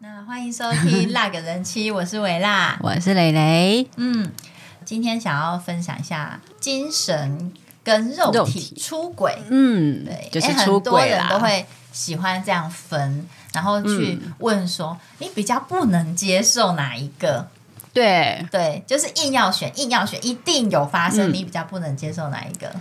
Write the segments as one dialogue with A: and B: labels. A: 那欢迎收听《辣个人妻》， 我是维辣。
B: 我是蕾蕾，
A: 嗯，今天想要分享一下精神跟肉
B: 肉
A: 体
B: 体
A: 出轨。
B: 嗯
A: 对，，
B: 就
A: 因
B: 是
A: 为
B: 出
A: 很多
B: 轨
A: 人
B: 啦，
A: 都会喜欢这样分，然后去
B: 嗯
A: 问说、你比较不能接受哪一个？
B: 对
A: 对，就是硬要选，硬要选，一定有发生、
B: 嗯
A: 你比较不能接受哪一个？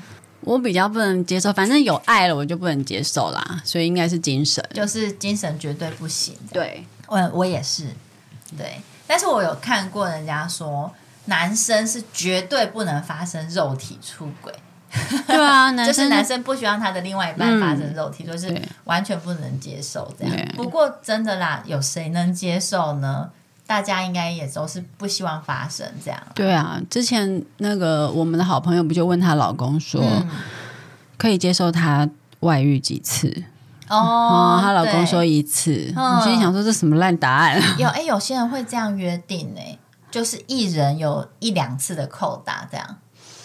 B: 我比较不能接受，反正有爱了我就不能接受啦，所以应该是精神，
A: 就是精神绝对不行。
B: 对，
A: 我我也是，对，但是我有看过人家说，男生是绝对不能发生肉体出轨，
B: 对啊，男
A: 就是
B: 生
A: 男生不希望他的另外一半
B: 嗯
A: 发生肉体，就是
B: 对
A: 完全不能接受这样
B: 对。
A: 不过真的啦，有谁能接受呢？大家应该也都是不希望发生这样。
B: 对啊，之前那个我们的好朋友不就问她老公说，
A: 嗯，
B: 可以接受她外遇几次？
A: 哦
B: 哦，，她老公
A: 对
B: 说一次，
A: 嗯
B: 我心里想说这什么烂答案？啊
A: 有哎，有些人会这样约定哎、就是一人有一两次的扣打这样。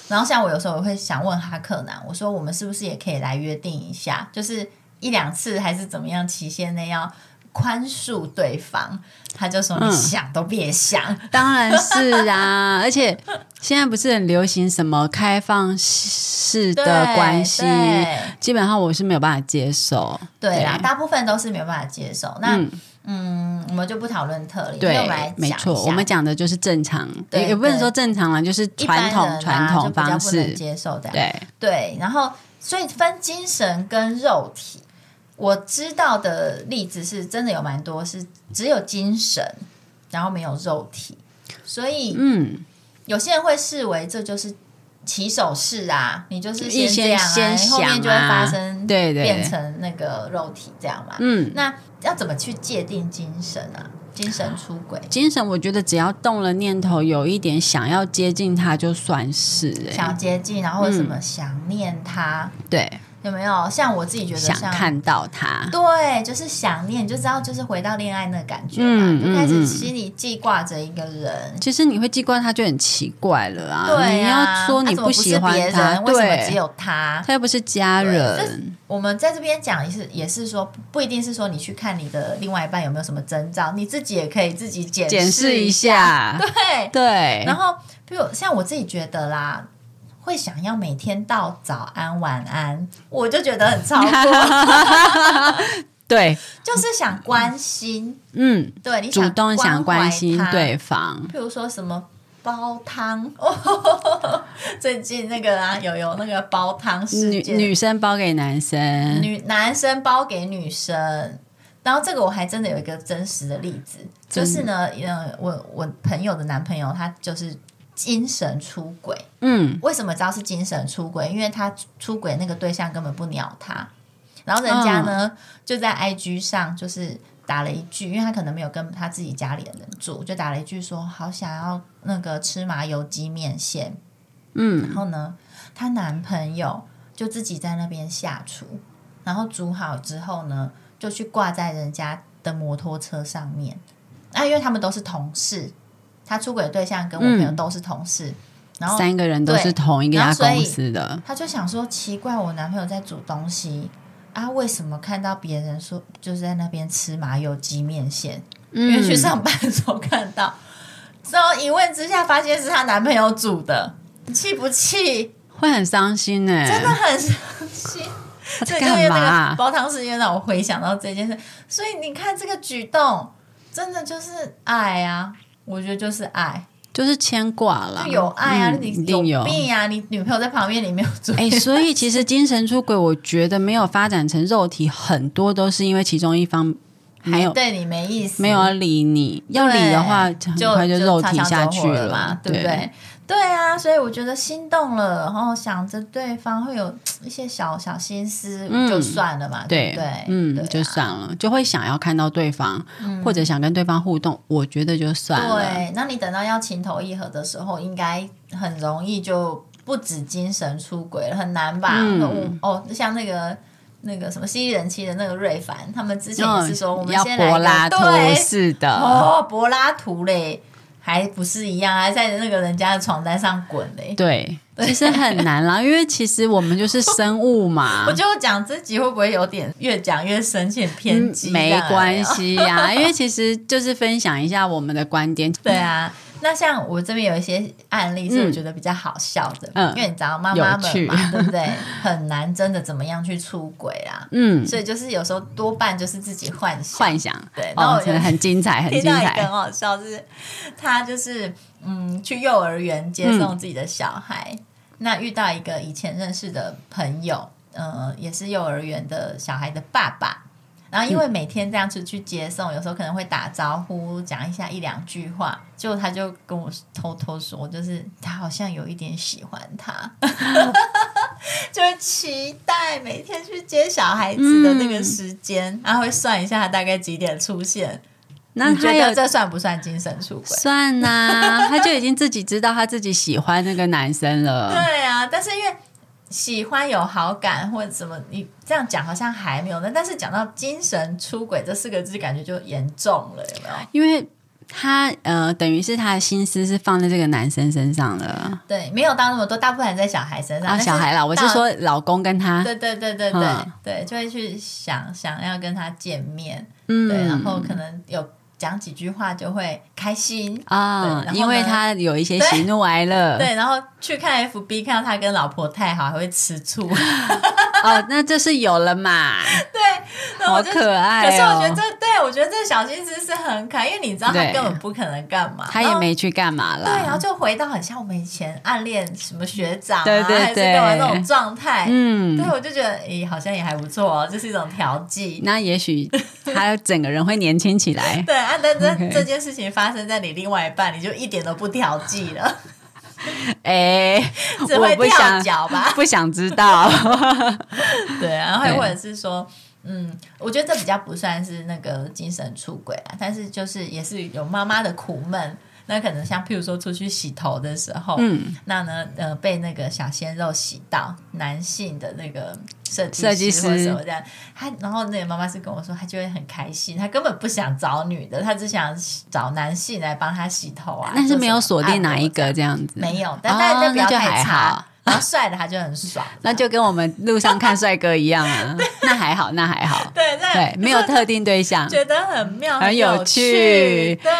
A: 然后像我有时候我会想问哈克南，我说我们是不是也可以来约定一下，就是一两次还是怎么样期限内要宽恕对方？他就说
B: 嗯
A: 你想都别想，
B: 当然是啊，而且现在不是很流行什么开放式
A: 对
B: 的关系，
A: 对
B: 基本上我是没有办法接受。
A: 对啊啦，
B: 对
A: 大部分都是没有办法接受。那嗯我们就不讨论特例，
B: 对
A: 那我们来，
B: 没
A: 讲一
B: 错，
A: 下
B: 我们讲的就是正常，
A: 对
B: 也也不能
A: 对
B: 说正常了，就是
A: 一般
B: 传统
A: 人啊
B: 传
A: 就
B: 统
A: 比较
B: 方
A: 不能
B: 式。
A: 接受的。
B: 对，
A: 对，然后所以分精神跟肉体，我知道的例子是真的有蛮多是只有精神，然后没有肉体，所以
B: 嗯，
A: 有些人会视为这就是起手式啊，你就是
B: 一
A: 这样啊，
B: 先
A: 你
B: 先
A: 后面
B: 想
A: 就会发
B: 啊
A: 生
B: 对对
A: 变成那个肉体这样嘛。
B: 嗯，
A: 那要怎么去界定精神啊？精神出轨，
B: 精神我觉得只要动了念头，有一点想要接近他，就算是哎、
A: 想接近，然后什
B: 嗯
A: 么想念他，
B: 对，
A: 有没有？像我自己觉得
B: 想
A: 像
B: 看到他，
A: 对，就是想念，你就知道就是回到恋爱那个感觉嘛，
B: 嗯
A: 就开
B: 嗯
A: 始
B: 嗯
A: 心里记挂着一个人。
B: 其实你会记挂他就很奇怪了啊！
A: 对
B: 你
A: 啊，
B: 要说你
A: 啊怎么不
B: 喜
A: 是别
B: 欢他，
A: 人为什么只
B: 对，
A: 有他？
B: 他又不是家
A: 对这
B: 人，
A: 我们在这边讲也是，也是说不不一定是说你去看你的另外一半有没有什么征兆，你自己也可以自己检
B: 检视一
A: 一
B: 下，
A: 对，
B: 对，
A: 然后，比如像我自己觉得啦，会想要每天道早安晚安，我就觉得很超过，
B: 对，
A: 就是想关心，
B: 嗯，
A: 对你
B: 主动想
A: 关怀
B: 关心
A: 他，
B: 对方，
A: 譬如说什么煲汤， 最近那个啊，有有那个煲汤事
B: 女
A: 件，
B: 女生包给男生，
A: 女男生包给女生。然后这个我还真的有一个真实的例子，就是呢，嗯，我我朋友的男朋友他就是精神出轨，
B: 嗯，
A: 为什么知道是精神出轨？因为他出轨那个对象根本不鸟他，然后人家呢、
B: 嗯
A: 就在 IG 上就是打了一句，因为他可能没有跟他自己家里的人住，就打了一句说好想要那个吃麻油鸡面线，
B: 嗯，
A: 然后呢，她男朋友就自己在那边下厨，然后煮好之后呢，就去挂在人家的摩托车上面。啊，因为他们都是同事，他出轨的对象跟我朋友
B: 嗯
A: 都是同事，然后
B: 三个人都
A: 对
B: 是同一个
A: 然后
B: 家
A: 所以
B: 公司的，
A: 他就想说，奇怪，我男朋友在煮东西啊，为什么看到别人说就是在那边吃麻油鸡面线？
B: 嗯
A: 因为去上班的时候看到，之后一问之下发现是她男朋友煮的，气不气？
B: 会很伤心欸呢、
A: 真的很伤心。
B: 他
A: 所
B: 在
A: 以就是
B: 干嘛
A: 那个
B: 啊、
A: 煲汤事件让我回想到这件事，所以你看这个举动，真的就是爱啊！我觉得就是爱，
B: 就是牵挂啦，
A: 就有爱啊！
B: 嗯一
A: 你
B: 定有。
A: 病啊！你女朋友在旁边，你没有做，
B: 哎、所以其实精神出轨，我觉得没有发展成肉体，很多都是因为其中一方没有
A: 对你没意思，
B: 没有要啊理你，要理的话，很
A: 嗯就
B: 快肉
A: 擦
B: 体
A: 枪
B: 下
A: 走
B: 去
A: 火了嘛，对不对？对啊，所以我觉得心动了，然后想着对方会有一些小小心思，
B: 嗯
A: 就算了嘛，对
B: 对
A: 不对？
B: 嗯，
A: 对啊嗯
B: 就算了，就会想要看到对方，或者想跟对方互动，我觉得就算了。
A: 对，那你等到要情投意合的时候，应该很容易就不止精神出轨了，很难吧？哦
B: 嗯
A: 我哦，像那个那个什么蜥蜴人妻的那个瑞凡，他们之前也
B: 嗯
A: 是说我们
B: 要
A: 先来
B: 柏拉
A: 个
B: 图
A: 对
B: 式的，
A: 哦，柏拉图嘞，还不是一样，还在那个人家的床单上滚嘞。
B: 对，啊其实很难啦，因为其实我们就是生物嘛
A: 我，就讲这集会不会有点越讲越生气、很偏
B: 嗯
A: 激、
B: 没关
A: 系。
B: 系呀、因为其实就是分享一下我们的观点。
A: 对啊，那像我这边有一些案例是我觉得比较好笑的，
B: 嗯
A: 因为你知道妈妈
B: 有
A: 们
B: 趣
A: 嘛，对不 对？很难真的怎么样去出轨啦，
B: 嗯，
A: 所以就是有时候多半就是自己幻想。
B: 幻想，
A: 对然后我
B: 哦，
A: 就
B: 真的很精 彩，很
A: 听
B: 精
A: 到一个很
B: 彩，
A: 好笑是，他就是嗯去幼儿园接
B: 嗯
A: 送自己的小孩，那遇到一个以前认识的朋友，呃，也是幼儿园的小孩的爸爸。然后因为
B: 嗯
A: 每天这样子去接送，有时候可能会打招呼，讲一下一两句话，结果他就跟我偷偷说，就是他好像有一点喜欢他，
B: 哦
A: 就是期待每天去接小孩子的那
B: 嗯
A: 个时间，然后会算一下他大概几点出现，
B: 那
A: 你觉
B: 他
A: 得
B: 有。
A: 这算不算精神出轨？
B: 算 呐、他就已经自己知道他自己喜欢那个男生了。
A: 对啊，但是因为喜欢有好感或者什么，你这样讲好像还没有呢。但是讲到精神出轨这四个字，感觉就严重了，有没有？
B: 因为他呃，等于是他的心思是放在这个男生身上了
A: 对，没有到那么多，大部分还在小孩身上。啊
B: 啊，
A: 但是
B: 小孩啦，我是
A: 到
B: 说老公跟他，
A: 对对对对对、
B: 嗯
A: 对，就会去想想要跟他见面，
B: 嗯，
A: 对，然后可能有讲几句话就会开心。
B: 啊
A: 对然后，呢
B: 因为他有一些喜怒 哀乐，
A: 对，然后去看 FB，看到他跟老婆太好，还会吃 醋。
B: 哦，那就是有了嘛，
A: 那我
B: 好
A: 就
B: 可爱、哦。
A: 可是我觉得这，对我觉得这小心思是很可爱，因为你知道他
B: 对
A: 根本不可能干嘛，
B: 他
A: 然
B: 也
A: 后
B: 没去干嘛
A: 哦
B: 啦，
A: 对，啊然后就回到很像我们以前暗恋什么学长啊，
B: 对对
A: 还是
B: 对
A: 干嘛那种状态。对，
B: 嗯，
A: 我就觉得，诶、好像也还不错哦，这是一种调剂。
B: 那 也许他整个人会年轻起来。
A: 对啊，但这
B: OK
A: 这件事情发生在你另外一半，你就一点都不调剂了，
B: 哎、
A: 只
B: 我
A: 会
B: 不
A: 跳
B: 想
A: 脚吧？
B: 不想知 道，
A: 对，啊然后
B: 对
A: 或者是说，嗯，我觉得这比较不算是那个精神出轨啊，但是就是也是有妈妈的苦闷。那可能像譬如说出去洗头的时候，
B: 嗯，
A: 那呢呃被那个小鲜肉洗到，男性的那个设
B: 设计师
A: 或什么这样，他然后那个妈妈是跟我说，她就会很开心，她根本不想找女的，她只想找男性来帮她洗头啊。
B: 但是没有
A: 做
B: 锁
A: 什么
B: 定哪一
A: 按
B: 个
A: 摩这样，
B: 这样子，
A: 没有，但
B: 哦
A: 但但不要
B: 那就
A: 太
B: 还
A: 差
B: 好，
A: 然后帅的他就很爽，
B: 那就跟我们路上看帅哥一 样啊，那还好，那还好，
A: 对那
B: 对，没有特定对象，
A: 觉得很妙，
B: 很有
A: 有
B: 趣
A: 对，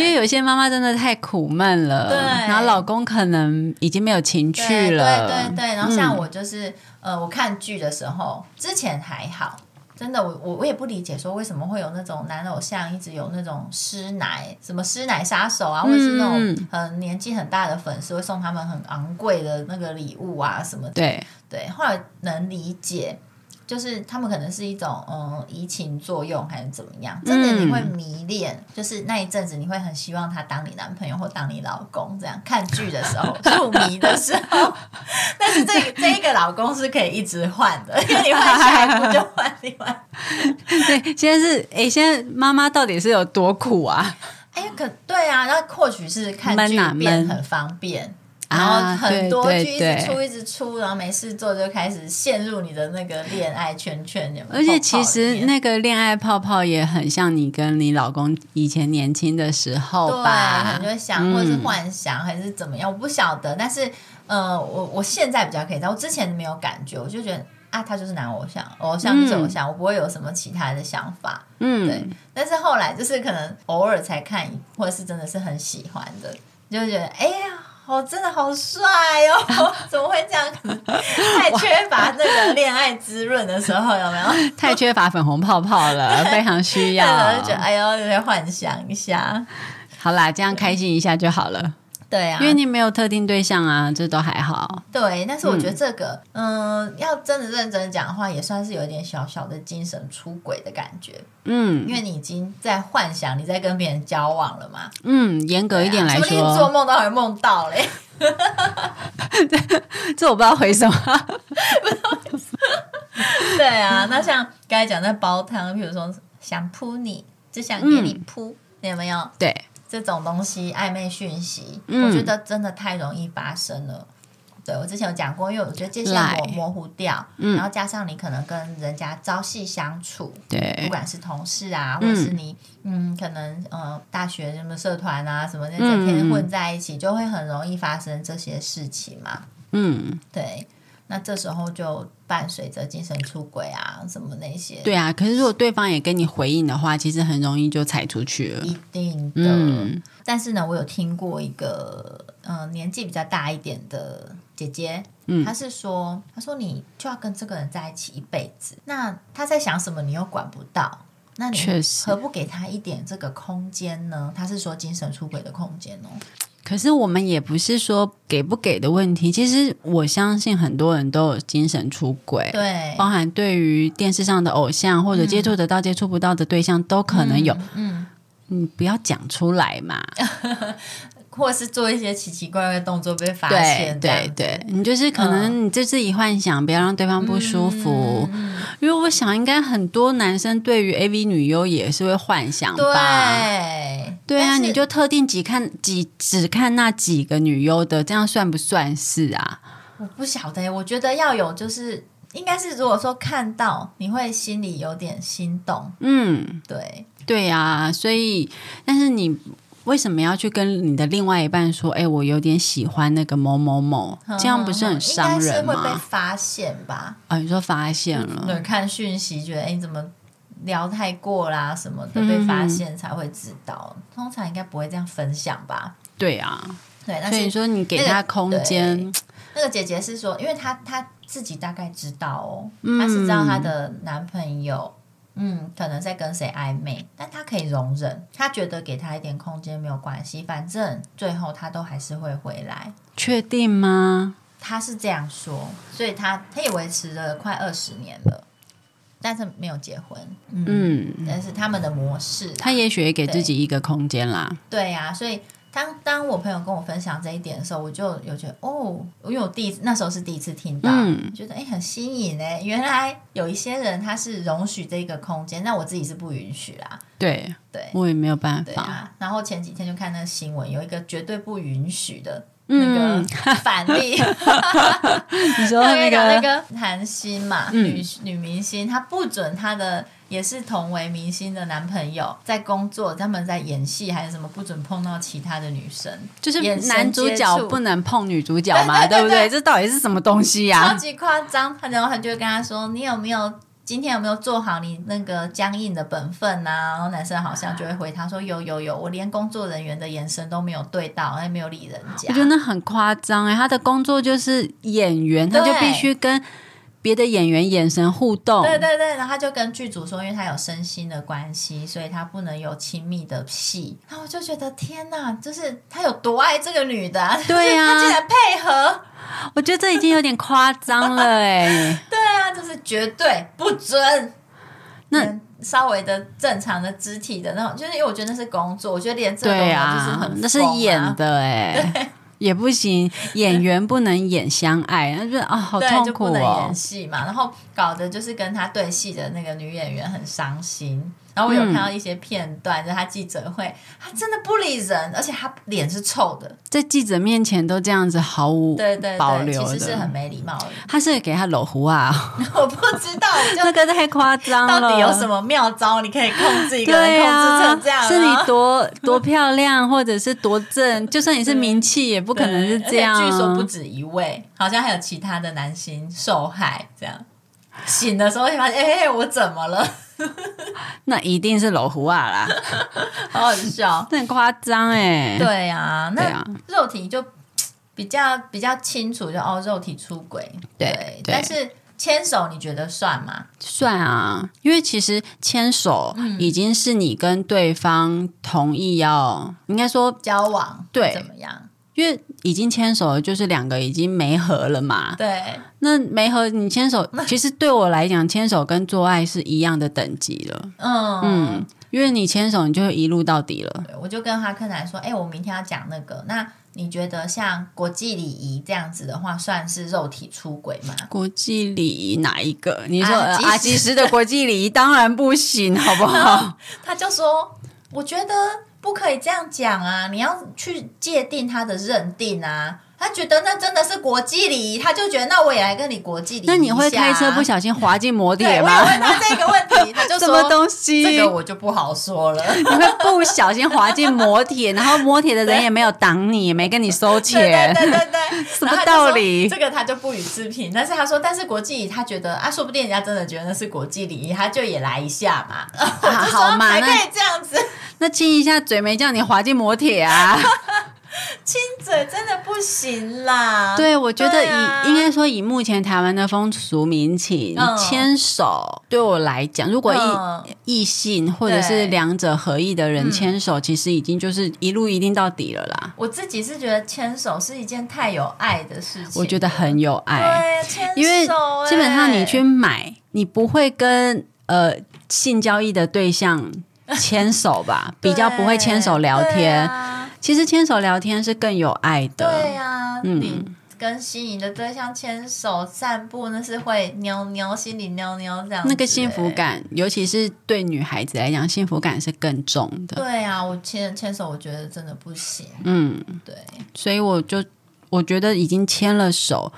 B: 因为有些妈妈真的太苦闷了，
A: 对
B: 然后老公可能已经没有情
A: 对
B: 趣了，
A: 对对对。然后像
B: 嗯
A: 我就是、呃，我看剧的时候，之前还好，真的我我我也不理解说为什么会有那种男偶像一直有那种师奶，什么师奶杀手啊，或者是那种
B: 嗯
A: 很年纪很大的粉丝会送他们很昂贵的那个礼物啊什么的。
B: 对，
A: 对，后来能理解。就是他们可能是一种嗯移情作用还是怎么样，真的
B: 嗯
A: 你会迷恋，就是那一阵子你会很希望他当你男朋友或当你老公这样。看剧的时 候入迷的时候，但是这个这一个老公是可以一直换的，因为你换下一步就换另外
B: 对，现在是哎、现在妈妈到底是有多苦啊？
A: 哎，可对啊，那或许是看
B: 闷
A: 剧
B: 啊
A: 变
B: 闷
A: 很方便，
B: 啊
A: 然后很多
B: 对
A: 剧一
B: 对
A: 直出
B: 对
A: 一直出，然后没事做就开始陷入你的那个恋爱圈圈，有没有
B: 而且
A: 泡啊
B: 其
A: 泡里
B: 实
A: 面
B: 那个恋爱泡泡也很像你跟你老公以前年轻的时候
A: 对，
B: 吧
A: 可能就，会想，或者是幻想，还是怎么样，我不晓得。但是，呃，我我现在比较可以，但我之前没有感觉，我就觉得啊，他就是男偶像，偶像就是偶像，我不会有什么其他的想法。对
B: 嗯，，
A: 但是后来就是可能偶尔才看，或者是真的是很喜欢的，就会觉得哎呀。哦，真的好帅哦！怎么会这样？可能太缺乏那个恋爱滋润的时候，有没有？
B: 太缺乏粉红泡 泡了，非常需
A: 然后
B: 要啊
A: 就。觉得哎呦，有点幻想一下。
B: 好啦，这样开心一下就好了，
A: 对啊，
B: 因为你没有特定对象啊，这都还好。
A: 对，但是我觉得这个，嗯、要真的认真讲的话，也算是有一点小小的精神出轨的感觉，
B: 嗯
A: 因为你已经在幻想你在跟别人交往了嘛。
B: 嗯，严格一点来
A: 啊说不定
B: 说，
A: 做梦都还梦到嘞。
B: 这我不知道回什么。
A: 对啊，那像刚才讲在煲汤，比如说想扑你，只想给
B: 嗯
A: 你扑，你有没有
B: 对，
A: 这种东西暧昧讯息？
B: 嗯
A: 我觉得真的太容易发生了。对我之前有讲过，因为我觉得界限
B: 赖
A: 模模糊掉，
B: 嗯
A: 然后加上你可能跟人家朝夕相处，不
B: 对，
A: 管是同事啊，或者是你嗯可能呃大学什么社团啊什么那整
B: 嗯
A: 天
B: 嗯
A: 混在一起，就会很容易发生这些事情嘛。
B: 嗯，
A: 对，那这时候就伴随着精神出轨啊什么那些，
B: 对啊。可是如果对方也跟你回应的话，其实很容易就踩出去了。
A: 一定的。
B: 嗯
A: 但是呢，我有听过一个嗯、呃年纪比较大一点的姐姐，
B: 嗯
A: 她是说，她说你就要跟这个人在一起一辈子，那他在想什么你又管不到，那你
B: 确实
A: 何不给他一点这个空间呢？她是说精神出轨的空间哦，
B: 可是我们也不是说给不给的问题，其实我相信很多人都有精神出轨。
A: 对，
B: 包含对于电视上的偶像或者接触得到、接触不到的对象，都可能有。
A: 嗯，
B: 你不要讲出来嘛，
A: 或者是做一些奇奇怪怪的动作被发
B: 对
A: 现，这样
B: 对
A: 子
B: 对，你就是可能你就自己幻想，不要让对方不舒服。
A: 嗯
B: 因为我想，应该很多男生对于 AV 女优也是会幻想吧。
A: 对
B: 对啊，
A: 但是
B: 你就特定几看几只看那几个女优的，这样算不算是啊？
A: 我不晓得耶，欸我觉得要有就是。应该是，如果说看到，你会心里有点心动，
B: 嗯，
A: 对，
B: 对啊，所以，但是你为什么要去跟你的另外一半说？哎、我有点喜欢那个某某某，这样不是很
A: 嗯
B: 伤人
A: 应该是会被
B: 吗？嗯
A: 发现吧？
B: 啊、你说发现了，
A: 对，看讯息觉得哎、诶你怎么聊太过啦什么的，
B: 嗯
A: 被发现才会知道。通常应该不会这样分享吧？
B: 对啊，
A: 对，但
B: 所以你
A: 是
B: 说你给
A: 那个
B: 他空间，
A: 那个姐姐是说，因为她她自己大概知道哦，
B: 嗯
A: 她是知道她的男朋友。嗯，可能在跟谁暧昧，但她可以容忍，她觉得给她一点空间没有关系，反正最后她都还是会回来。
B: 确定吗？
A: 他是这样说，所以他他也维持了快二十年了，但是没有结婚。嗯，
B: 嗯，
A: 但是他们的模式啦，
B: 他也许也给自己一个空间啦。
A: 对呀、所以当当我朋友跟我分享这一点的时候，我就有觉得哦，因为我第一那时候是第一次听到，
B: 嗯
A: 觉得哎很新颖哎，原来有一些人他是容许这个空间，那我自己是不允许啦。
B: 对，
A: 对
B: 我也没有办
A: 对
B: 法。
A: 啊，然后前几天就看那个新闻，有一个绝对不允许的。那
B: 嗯
A: 个反例，
B: 你说
A: 特别
B: 那
A: 讲那
B: 个，嗯
A: 个韩星嘛，女女明星，她不准她的也是同为明星的男朋友在工作，他们在演戏还是什么，不准碰到其他的女生，
B: 就是
A: 眼神
B: 男主
A: 接
B: 角
A: 触
B: 不能碰女 主角嘛，
A: 对对对
B: 不对？这到底是什么东西呀、
A: 超级夸张。然后她就会跟他说：“你有没有？”今天有没有做好你那个僵硬的本分呐、啊然后男生好像就会回他说：“有有有，我连工作人员的眼神都没有对到，也没有理人家。”
B: 我觉得那很夸张哎，他的工作就是演员，他就
A: 对
B: 必须跟别的演员眼神互动。
A: 对对对，然后他就跟剧组说，因为他有身心的关系，所以他不能有亲密的戏。然后我就觉得天哪，就是他有多爱这个女的、 啊，
B: 对啊
A: 他竟然配合，
B: 我觉得这已经有点夸张了 哎。
A: 对啊，就是绝对不准。
B: 那
A: 能稍微的正常的肢体的那种，就是因为我觉得那是工作，我觉得连这种
B: 对
A: 就是
B: 啊
A: 很、，
B: 那是演，的哎，也不行，演员不能演相爱，那就啊、好
A: 对，
B: 痛
A: 就
B: 苦
A: 不能
B: 哦
A: 演。戏嘛。然后搞得就是跟他对戏的那个女演员很伤心。然后我有
B: 嗯
A: 看到一些片段，就是他记者会，他真的不理人，而且他脸是臭的，
B: 在记者面前都这样子毫无
A: 对对
B: 保
A: 对，
B: 留
A: 其实是很
B: 的，
A: 没礼貌 的。
B: 他是给他搂胡 啊，
A: 我不知道，就
B: 那个太夸张了。
A: 到底有什么妙招，你可以控制一个人
B: 对
A: 控
B: 啊，
A: 制成这样？
B: 是你
A: 然后
B: 多多漂亮，或者是多正，就算你是名气，也不可能是这样啊。
A: 对而且据说不止一位，好像还有其他的男星受害，这样醒的时候就发现，哎、我怎么了？
B: 那一定是老胡啊啦，
A: 好好笑。
B: 那很夸张哎。
A: 对啊，
B: 对
A: 那
B: 啊，
A: 肉体就比较比较清楚就，哦，肉体出轨，
B: 对对
A: 但是牵手你觉得算吗？
B: 算啊，因为其实牵手已经是你跟对方同意要，应该说，
A: 交往
B: 对
A: 怎么样？
B: 因为已经牵手了，就是两个已经没合了嘛。
A: 对，
B: 那没合，你牵手，其实对我来讲，牵手跟做爱是一样的等级了。
A: 嗯
B: 嗯，因为你牵手，你就会一路到底了。
A: 对我就跟哈克南说：“哎、我明天要讲那个，那你觉得像国际礼仪这样子的话，算是肉体出轨吗
B: 国际礼仪哪一个？你说
A: 阿
B: 呃
A: 基斯
B: 阿基斯的国际礼仪当然不行，好不 好？？”
A: 他就说：“我觉得不可以这样讲啊，你要去界定他的认定啊。”他觉得那真的是国际礼仪，他就觉得那我也来跟你国际礼仪一下。啊
B: 那你会开车不小心滑进摩
A: 对，
B: 铁
A: 我
B: 吗
A: 有？问他这个问题，他就
B: 什
A: 说
B: 么东西？
A: 这个我就不好说 了。
B: 你会不小心滑进摩铁，然后摩铁的人也没有挡你，也没跟你收钱
A: 对。对对对 对，
B: 么
A: 然后他就说
B: 道理
A: 这个他就不予置评，但是他说，但是国际礼他觉得啊，说不定人家真的觉得那是国际礼仪，他就也来一下嘛。
B: 啊好嘛，
A: 还可
B: 那
A: 以这样子，
B: 那亲一下嘴没叫你滑进摩铁 啊？
A: 亲嘴真的不行啦。
B: 对，我觉得以、
A: 对啊
B: 应该说以目前台湾的风俗民情，
A: 嗯
B: 牵手对我来讲，如果异、
A: 嗯
B: 异性或者是
A: 对
B: 两者合意的人牵手，其实已经就是一路一定到底了啦。
A: 我自己是觉得牵手是一件太有爱的事情，
B: 我觉得很有爱，
A: 对，牵手、欸，哎
B: 因为基本上你去买，你不会跟呃性交易的对象牵手 吧，比较不会牵手聊
A: 对
B: 天。
A: 啊
B: 其实牵手聊天是更有爱
A: 对
B: 的，嗯
A: 呀、你跟心仪的对象牵手散步，那是会扭扭，心里扭扭这样子、
B: 那个幸福
A: 欸。
B: 感，尤其是对女孩子来讲，幸福感是更重的。
A: 对啊，我牵牵手，我觉得真的不行。
B: 嗯，
A: 对，
B: 所以我就我觉得已经牵了手，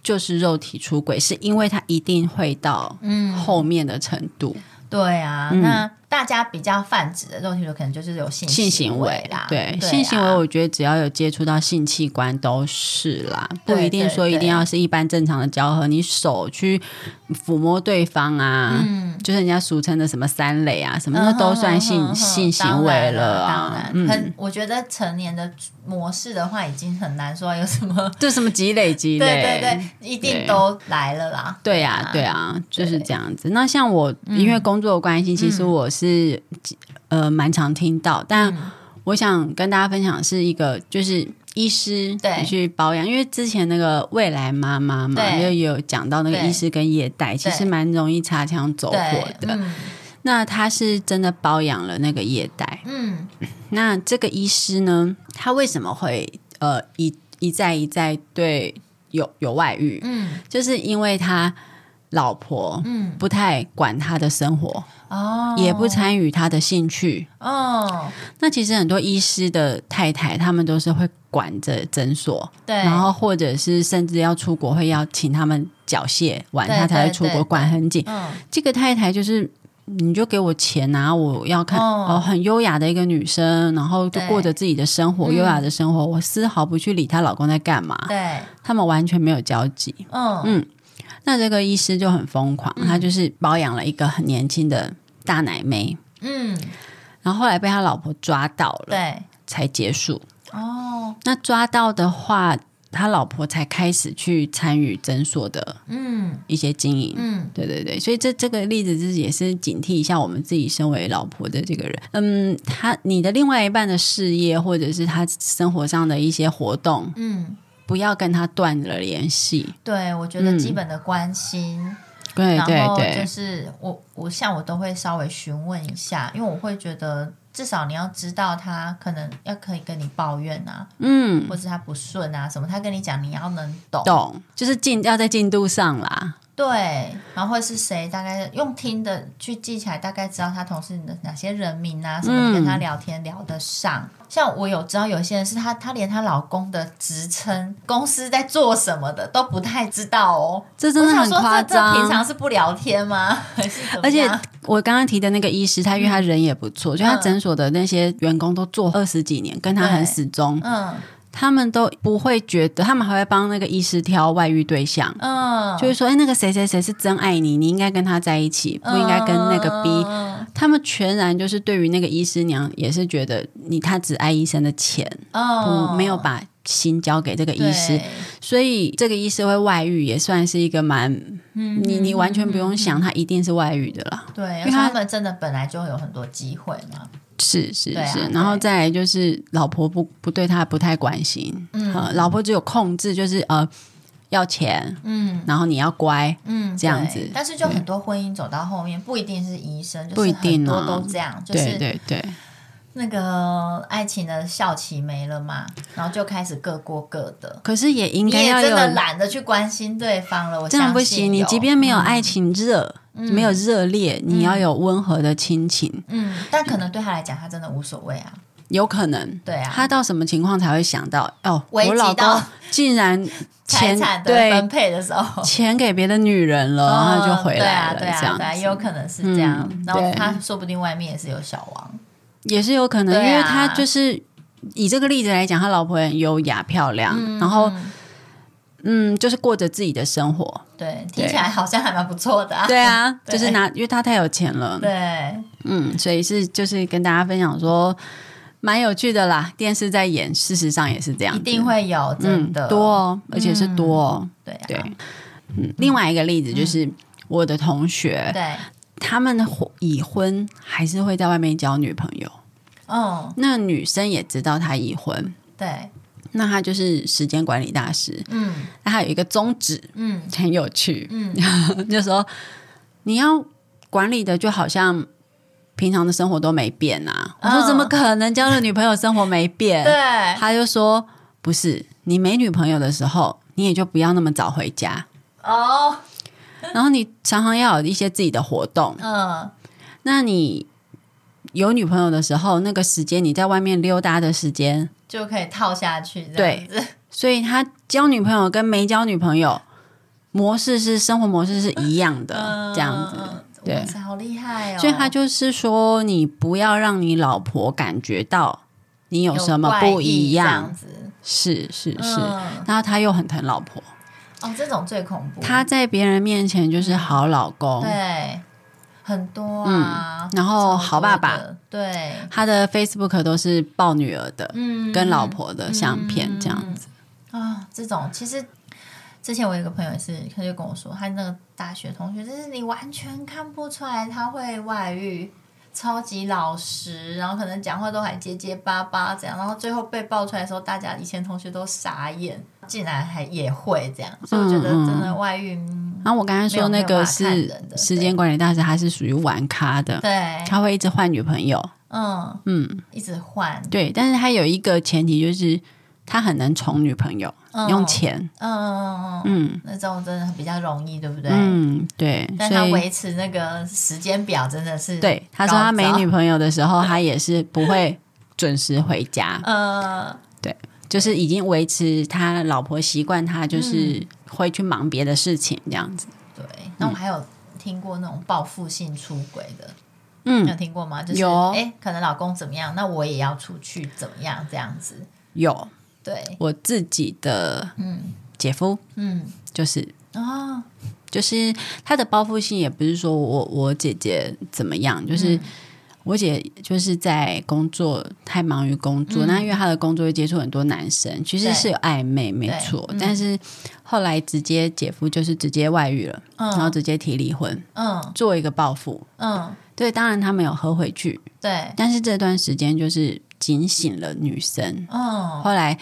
B: 就是肉体出轨，是因为它一定会到
A: 嗯，
B: 后面的程度。
A: 对啊。
B: 嗯
A: 那大家比较泛指的肉体就可能就是有性
B: 性
A: 行
B: 行
A: 为
B: 为
A: 啦，
B: 对
A: 啊
B: 性行为，我觉得只要有接触到性器官都是啦，不
A: 对
B: 一定
A: 对
B: 说一
A: 对
B: 定要是一般正常的交合，你手去抚摸对方啊，
A: 嗯，
B: 就是人家俗称的什么三类啊，什么那都算性、
A: 嗯哼哼哼
B: 性行为了
A: 当
B: 啊
A: 然，当然
B: 嗯，
A: 很，我觉得成年的模式的话，已经很难说有什 么。
B: 这什么积累积
A: 对对
B: 累，
A: 对，一定都来了啦。
B: 对呀、对呀、就是这样子。那像我
A: 嗯
B: 因为工作的关系，其实我是、呃蛮常听到，但
A: 嗯
B: 我想跟大家分享是一个就是。医师
A: 对
B: 你去保养，因为之前那个未来妈妈嘛，
A: 对
B: 就有讲到那个
A: 对
B: 医师跟业代，其实
A: 对
B: 蛮容易擦枪走火
A: 对，
B: 的。
A: 嗯
B: 那他是真的包养了那个业代，
A: 嗯，
B: 那这个医师呢，他为什么会呃一一再一再对有有外遇？
A: 嗯，
B: 就是因为他老婆
A: 嗯
B: 不太管他的生活，
A: 哦，
B: 也不参与他的兴趣。
A: 哦，
B: 那其实很多医师的太太，他们都是会管着诊所，
A: 对，嗯
B: 然后或者是甚至要出国会要请他们缴械完，
A: 对
B: 他才会出
A: 对
B: 国，
A: 对
B: 管很紧。
A: 嗯，
B: 这个太太就是。你就给我钱啊！我要看
A: 哦
B: 哦很优雅的一个女生，然后就
A: 对
B: 过着自己的生活，
A: 嗯
B: 优雅的生活。我丝毫不去理她老公在干嘛，
A: 对，
B: 他们完全没有交集。
A: 嗯
B: 嗯那这个医师就很疯狂，他就是包养了一个很年轻的大奶妹，
A: 嗯，
B: 然后后来被他老婆抓到了，
A: 对，
B: 才结束。
A: 哦，
B: 那抓到的话，他老婆才开始去参与诊所的
A: 嗯
B: 一些经营。
A: 嗯，
B: 对对对，所以这这个例子就是也是警惕一下我们自己身为老婆的这个人，嗯，他你的另外一半的事业或者是他生活上的一些活动，
A: 嗯，
B: 不要跟他断了联系。
A: 对，我觉得基本的关心，
B: 对对
A: 然后嗯就
B: 对，
A: 是我我像我都会稍微询问一下，因为我会觉得至少你要知道他可能要可以跟你抱怨啊，
B: 嗯，
A: 或是他不顺啊什么，他跟你讲你要能懂，
B: 懂，就是进要在进度上啦。
A: 对，然后或者是谁，大概用听的去记起来，大概知道他同事的哪些人名啊，什么
B: 嗯
A: 跟他聊天聊得上。像我有知道有些人是她，她连她老公的职称、公司在做什么的都不太知道哦。
B: 这真的很
A: 我想
B: 夸
A: 说这这平
B: 张。
A: 常是不聊天吗？还是怎么
B: 而且
A: 样 嗯
B: 我刚刚提的那个医师，他因为他人也不错，就他诊所的那些员工都做二十几年，跟他很始终，
A: 嗯
B: 他们都不会觉得，他们还会帮那个医师挑外遇对象，
A: 嗯，
B: 就是说，哎，那个谁谁谁是真爱你，你应该跟他在一起，不应该跟那个 B。
A: 嗯
B: 他们全然就是对于那个医师娘也是觉得你他只爱医生的钱，
A: 嗯
B: 不没有把心交给这个
A: 对
B: 医师，所以这个医师会外遇也算是一个蛮，
A: 嗯
B: 你你完全不用想，他一定是外遇的啦。
A: 对，
B: 因
A: 而
B: 为
A: 且
B: 他
A: 他们真的本来就有很多机会嘛。
B: 是是
A: 对啊
B: 是，
A: 对
B: 然后再来就是老婆不不对他不太关心，嗯、老婆只有控制，就是呃要钱，
A: 嗯，
B: 然后你要乖，
A: 嗯，
B: 这样
A: 对
B: 子
A: 但是就很多婚姻走到后面，不一定是医生，
B: 不
A: 就
B: 一
A: 是
B: 定
A: 很
B: 啊
A: 多都这样，就
B: 对
A: 是
B: 对对，
A: 那个爱情的效期没了嘛，然后就开始各过各的。
B: 可是也应
A: 你
B: 该
A: 也
B: 要
A: 真的
B: 有。
A: 懒得去关心对方了，我
B: 这样不
A: 相信
B: 行，你
A: 有嗯
B: 即便没有爱情热，没有热烈，你要有温和的亲情。
A: 嗯，但可能对他来讲，他真的无所谓啊。
B: 有可能，
A: 对啊
B: 他到什么情况才会想到哦，
A: 危及
B: 我老
A: 到
B: 公竟然
A: 财
B: 钱
A: 产的
B: 对
A: 分配的时候，嗯
B: 钱给别的女人了，然后就回来
A: 哦
B: 了，
A: 对啊，
B: 这
A: 对啊，
B: 样
A: 对啊，也
B: 子
A: 有可能是这样。
B: 嗯
A: 然后
B: 对
A: 他说不定外面也是有小王，
B: 也是有可能，
A: 对啊
B: 因为他就是以这个例子来讲，他老婆很优雅漂亮，
A: 嗯
B: 然后嗯，就是过着自己的生活，
A: 对，听起来好像还蛮不错的啊。
B: 对啊，
A: 对
B: 就是拿，因为他太有钱了，
A: 对，
B: 嗯，所以是就是跟大家分享说，蛮有趣的啦。电视在演，事实上也是这样
A: 一
B: 子，
A: 定会有真
B: 嗯
A: 的
B: 多，哦，而且是多哦。
A: 对啊，
B: 对，嗯，另外一个例子就是。
A: 嗯
B: 我的同学，
A: 对，
B: 他们婚已婚还是会在外面交女朋友。
A: 嗯，
B: 那女生也知道他已婚，
A: 对，
B: 那他就是时间管理大师。
A: 嗯
B: 那他有一个宗旨，
A: 嗯
B: 很有趣，
A: 嗯，
B: 就说你要管理的就好像平常的生活都没变啊。我
A: 嗯
B: 说怎么可能交了女朋友生活没变？
A: 对，
B: 他就说不是，你没女朋友的时候，你也就不要那么早回家，
A: 哦，
B: 然后你常常要有一些自己的活动。
A: 嗯，
B: 那你有女朋友的时候，那个时间你在外面溜达的时间，
A: 就可以套下去，
B: 对
A: 这样子，
B: 所以他交女朋友跟没交女朋友模式是生活模式是一样的，
A: 嗯
B: 这样子。对
A: 哇塞，好厉害哦！
B: 所以他就是说，你不要让你老婆感觉到你有什么不一
A: 有怪异这
B: 样
A: 样。子？
B: 是是是，
A: 嗯
B: 然后他又很疼老婆，
A: 哦，这种最恐怖，
B: 他在别人面前就是好老公，
A: 对很多啊，
B: 哦嗯然后
A: 超
B: 好爸
A: 多
B: 爸，
A: 的，对，
B: 他的 Facebook 都是抱女儿的、
A: 嗯，
B: 跟老婆的相片这样子。
A: 啊，这种其实之前我有一个朋友也是，他就跟我说，他那个大学同学，就是你完全看不出来他会外遇，超级老实，然后可能讲话都还结结巴巴这样，然后最后被爆出来的时候，大家以前同学都傻眼，竟然还也会这样，所以我觉得
B: 嗯嗯
A: 真的外遇，嗯
B: 然后我刚才说
A: 没有没
B: 那
A: 有
B: 个
A: 办法看
B: 是
A: 人的
B: 时间管理大师，他是属于玩咖的，
A: 对，
B: 他会一直换女朋友。
A: 嗯，
B: 嗯，
A: 一直换，
B: 对，但是他有一个前提就是他很能宠女朋友，
A: 嗯
B: 用钱。
A: 嗯嗯嗯嗯，
B: 嗯
A: 那种真的比较容易，对不对？
B: 嗯，对，
A: 但他
B: 所以
A: 维持那个时间表真的是
B: 对他说他没
A: 高招
B: 女朋友的时候，他也是不会准时回家，
A: 呃，
B: 就是已经维持他老婆习惯，他
A: 嗯
B: 就是会去忙别的事情这样子。
A: 对，
B: 嗯
A: 那我还有听过那种报复性出轨的，你
B: 嗯，
A: 有听过吗？就是
B: 有哦
A: 哎，可能老公怎么样，那我也要出去怎么样这样子。
B: 有
A: 对，
B: 我自己的
A: 嗯
B: 姐夫
A: 嗯，
B: 就是。
A: 哦，
B: 就是他的报复性也不是说我我姐姐怎么样，就是、我姐就是在工作太忙于工作，那因为她的工作会接触很多男生，其实
A: 嗯对
B: 是有暧昧没
A: 对嗯
B: 错，但是后来直接姐夫就是直接外遇了，然后
A: 嗯
B: 直接提离婚，
A: 嗯
B: 做一个报复。
A: 嗯，
B: 对，当然他没有喝回去，
A: 对，
B: 但是这段时间就是警醒了女生。
A: 嗯
B: 后来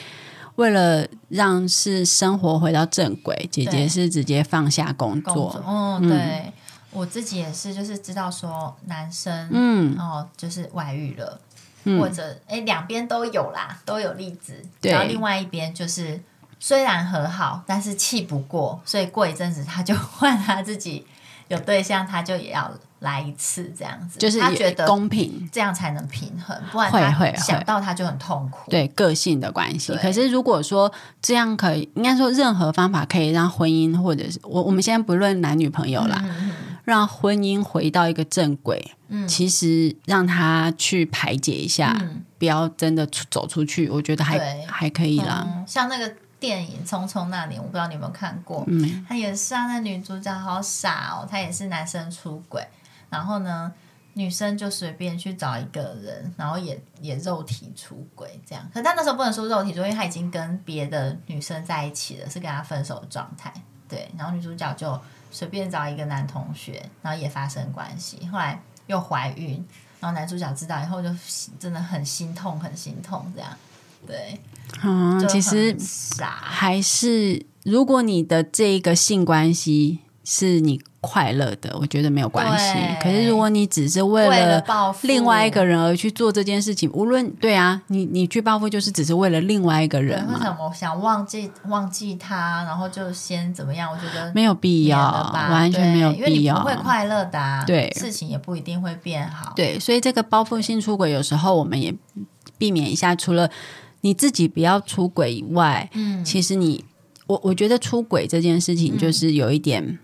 B: 为了让是生活回到正轨，姐姐
A: 对
B: 是直接放下工
A: 工
B: 作，
A: 作，嗯
B: 嗯
A: 对。我自己也是，就是知道说男生，
B: 嗯
A: 哦，就是外遇了，
B: 嗯
A: 或者哎，两边都有啦，都有例子。
B: 对
A: 然后另外一边就是虽然和好，但是气不过，所以过一阵子他就换他自己有对象，他就也要来一次这样子，
B: 就是
A: 他
B: 也
A: 觉得
B: 公平。
A: 这样才能平衡，不然
B: 会
A: 他
B: 会
A: 想
B: 会
A: 到他就很痛苦。
B: 对个性的关系，
A: 对
B: 可是如果说这样可以，应该说任何方法可以让婚姻，或者是我我们现在不论男女朋友啦，
A: 嗯，
B: 让婚姻回到一个正轨，
A: 嗯
B: 其实让他去排解一下，
A: 嗯
B: 不要真的出走出去，我觉得还
A: 对
B: 还可以
A: 嗯
B: 啦。
A: 嗯，像那个电影《匆匆那年》，我不知道你有没有看过，
B: 嗯，
A: 她也是啊，那女主角好傻哦，她也是男生出轨，然后呢，女生就随便去找一个人，然后也也肉体出轨这样。可她那时候不能说肉体出轨，因为她已经跟别的女生在一起了，是跟她分手的状态。对，然后女主角就随便找一个男同学，然后也发生关系，后来又怀孕，然后男主角知道以后就真的很心痛，很心痛这样。对，
B: 嗯
A: 就
B: 其实
A: 很傻，
B: 还是如果你的这一个性关系是你快乐的，我觉得没有关系
A: 对。
B: 可是如果你只是为
A: 为了
B: 了
A: 报复
B: 另外一个人而去做这件事
A: 嗯
B: 情，无论对啊，你你去报复就是只是为了另外一个人
A: 对为
B: 嘛，
A: 什么想忘记忘记他，然后就先怎么样？我觉得
B: 没有必要
A: 免了，吧
B: 完全没有
A: 对因为
B: 必
A: 你
B: 要
A: 不。会快乐的、啊，
B: 对
A: 事情也不一定会变好。
B: 对，所以这个报复性出轨，有时候我们也避免一下，除了你自己不要出轨以外，嗯，其实你我我觉得出轨这件事
A: 嗯
B: 情就是有一点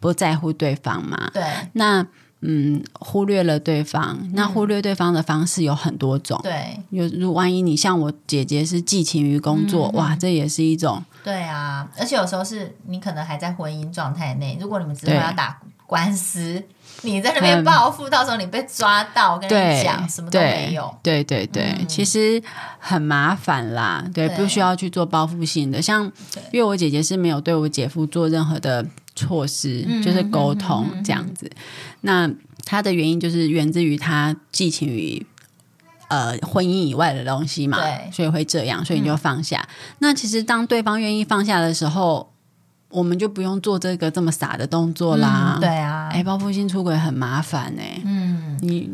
B: 不在乎对方嘛，
A: 对嗯
B: 那嗯，忽略了对方，那忽略对方的方式有很多种。
A: 对
B: 有，如万一你像我姐姐是寄情于工作，哇，这也是一种
A: 对啊！而且有时候是你可能还在婚姻状态内，如果你们之后
B: 对
A: 要打官司，你在那边报复，到时候你被抓到，我跟你
B: 对
A: 讲，什么都没
B: 对
A: 有。嗯
B: 对对对，其实很麻烦啦，对，
A: 对
B: 不需要去做报复性的。像
A: 对
B: 因为我姐姐是没有对我姐夫做任何的措施，
A: 嗯
B: 就是沟通这样子。那她的原因就是源自于她寄情于呃婚姻以外的东西嘛
A: 对，嗯
B: 所以会这样，所以你就放下。那其实当对方愿意放下的时候，我们就不用做这个这么傻的动作啦。
A: 嗯对啊，
B: 哎，报复性出轨很麻烦哎、
A: 嗯，
B: 你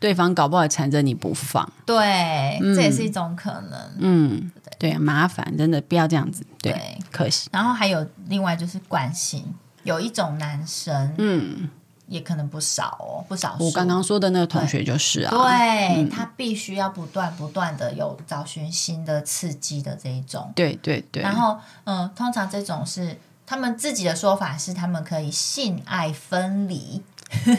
B: 对方搞不好缠着你不放，
A: 对，这也是一种可能。
B: 嗯，对，麻烦，真的不要这样子，对，
A: 对，
B: 可惜，
A: 然后还有另外就是惯性，有一种男生
B: 嗯，
A: 也可能不少哦，不少数。
B: 我刚刚说的那个同学就是啊，
A: 对、他必须要不断不断的有找寻新的刺激的这一种。
B: 对啊对对
A: 然后，嗯、通常这种是他们自己的说法是他们可以性爱分离，